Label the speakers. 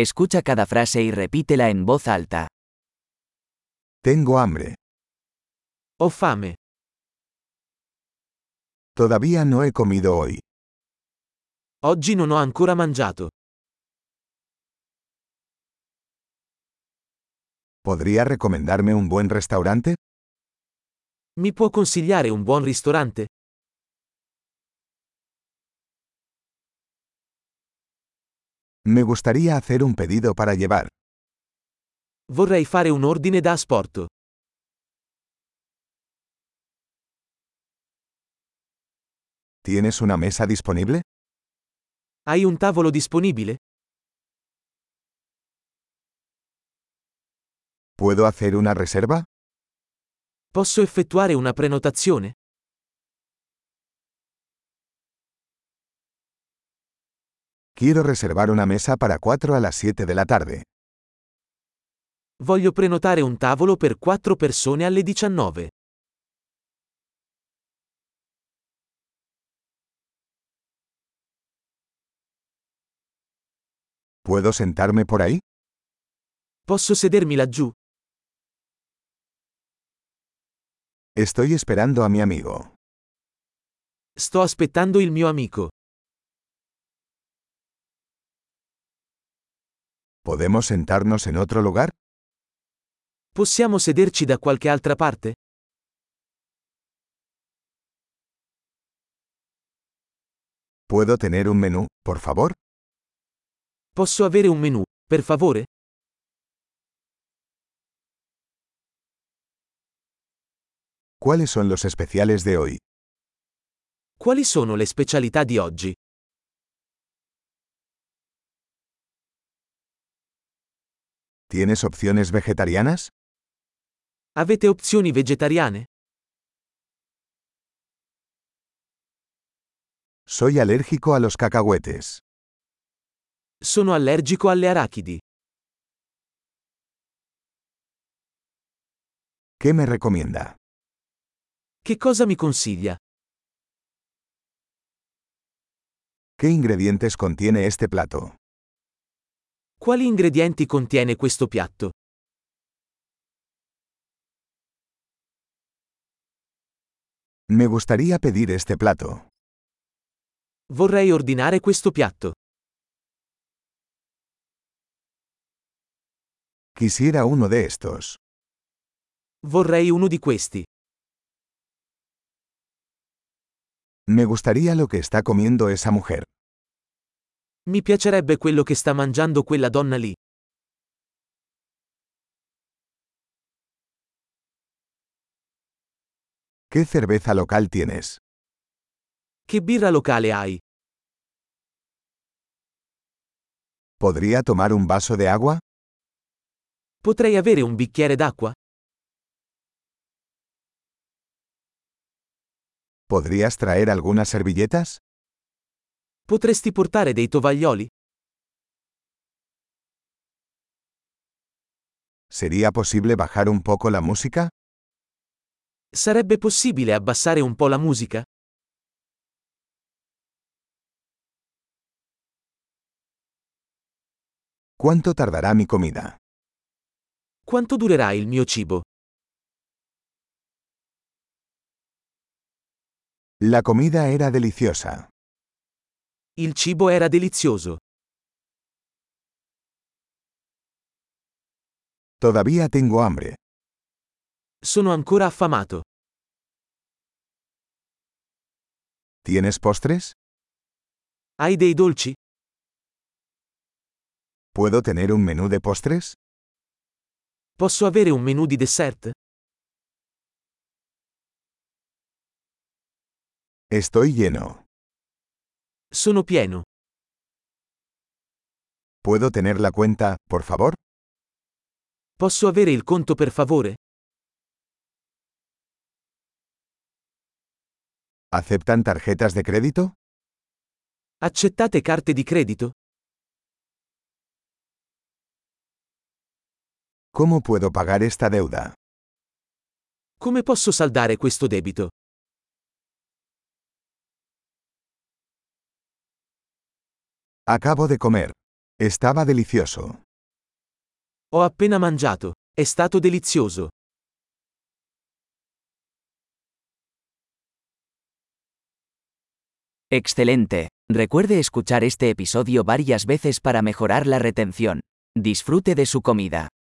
Speaker 1: Escucha cada frase y repítela en voz alta.
Speaker 2: Tengo hambre.
Speaker 3: Ho fame.
Speaker 2: Todavía no he comido hoy.
Speaker 3: Oggi non ho ancora mangiato.
Speaker 2: ¿Podría recomendarme un buen restaurante?
Speaker 3: Mi può consigliare un buon ristorante?
Speaker 2: Me gustaría hacer un pedido para llevar.
Speaker 3: Vorrei fare un ordine da asporto.
Speaker 2: ¿Tienes una mesa disponible?
Speaker 3: Hai un tavolo disponibile?
Speaker 2: ¿Puedo hacer una reserva?
Speaker 3: Posso effettuare una prenotazione?
Speaker 2: Quiero reservar una mesa para 4 a las 7 de la tarde.
Speaker 3: Voglio prenotare un tavolo per 4 persone alle 19.
Speaker 2: ¿Puedo sentarme por ahí?
Speaker 3: Posso sedermi laggiù?
Speaker 2: Estoy esperando a mi amigo.
Speaker 3: Sto aspettando il mio amico.
Speaker 2: ¿Podemos sentarnos en otro lugar?
Speaker 3: Possiamo sederci da qualche altra parte?
Speaker 2: ¿Puedo tener un menú, por favor?
Speaker 3: Posso avere un menù, per favore?
Speaker 2: ¿Cuáles son los especiales de hoy?
Speaker 3: Quali sono le specialità di oggi?
Speaker 2: ¿Tienes opciones vegetarianas?
Speaker 3: Avete opzioni vegetariane?
Speaker 2: Soy alérgico a los cacahuetes.
Speaker 3: Sono allergico alle arachidi.
Speaker 2: ¿Qué me recomienda?
Speaker 3: Che cosa mi consiglia?
Speaker 2: ¿Qué ingredientes contiene este plato?
Speaker 3: Quali ingredienti contiene questo piatto?
Speaker 2: Me gustaría pedir este plato.
Speaker 3: Vorrei ordinare questo piatto.
Speaker 2: Quisiera uno de estos.
Speaker 3: Vorrei uno di questi.
Speaker 2: Me gustaría lo que está comiendo esa mujer.
Speaker 3: Mi piacerebbe quello che sta mangiando quella donna lì.
Speaker 2: ¿Qué cerveza local tienes?
Speaker 3: Che birra locale hai?
Speaker 2: ¿Podría tomar un vaso de agua?
Speaker 3: Potrei avere un bicchiere d'acqua?
Speaker 2: ¿Podrías traer algunas servilletas?
Speaker 3: Potresti portare dei tovaglioli?
Speaker 2: ¿Sería posible bajar un poco la música?
Speaker 3: Sarebbe possibile abbassare un po' la musica?
Speaker 2: ¿Cuánto tardará mi comida?
Speaker 3: Quanto durerà il mio cibo?
Speaker 2: La comida era deliciosa.
Speaker 3: Il cibo era delizioso.
Speaker 2: Todavía tengo hambre.
Speaker 3: Sono ancora affamato.
Speaker 2: ¿Tienes postres?
Speaker 3: Hai dei dolci?
Speaker 2: ¿Puedo tener un menú de postres?
Speaker 3: Posso avere un menù di dessert?
Speaker 2: Estoy lleno.
Speaker 3: Sono pieno.
Speaker 2: ¿Puedo tener la cuenta, por favor?
Speaker 3: Posso avere il conto per favore?
Speaker 2: ¿Aceptan tarjetas de crédito?
Speaker 3: Accettate carte di credito?
Speaker 2: ¿Cómo puedo pagar esta deuda?
Speaker 3: Come posso saldare questo debito?
Speaker 2: Acabo de comer. Estaba delicioso.
Speaker 4: Ho appena mangiato. È stato delizioso.
Speaker 3: Excelente. Recuerde escuchar este episodio varias veces para mejorar la retención. Disfrute de su comida.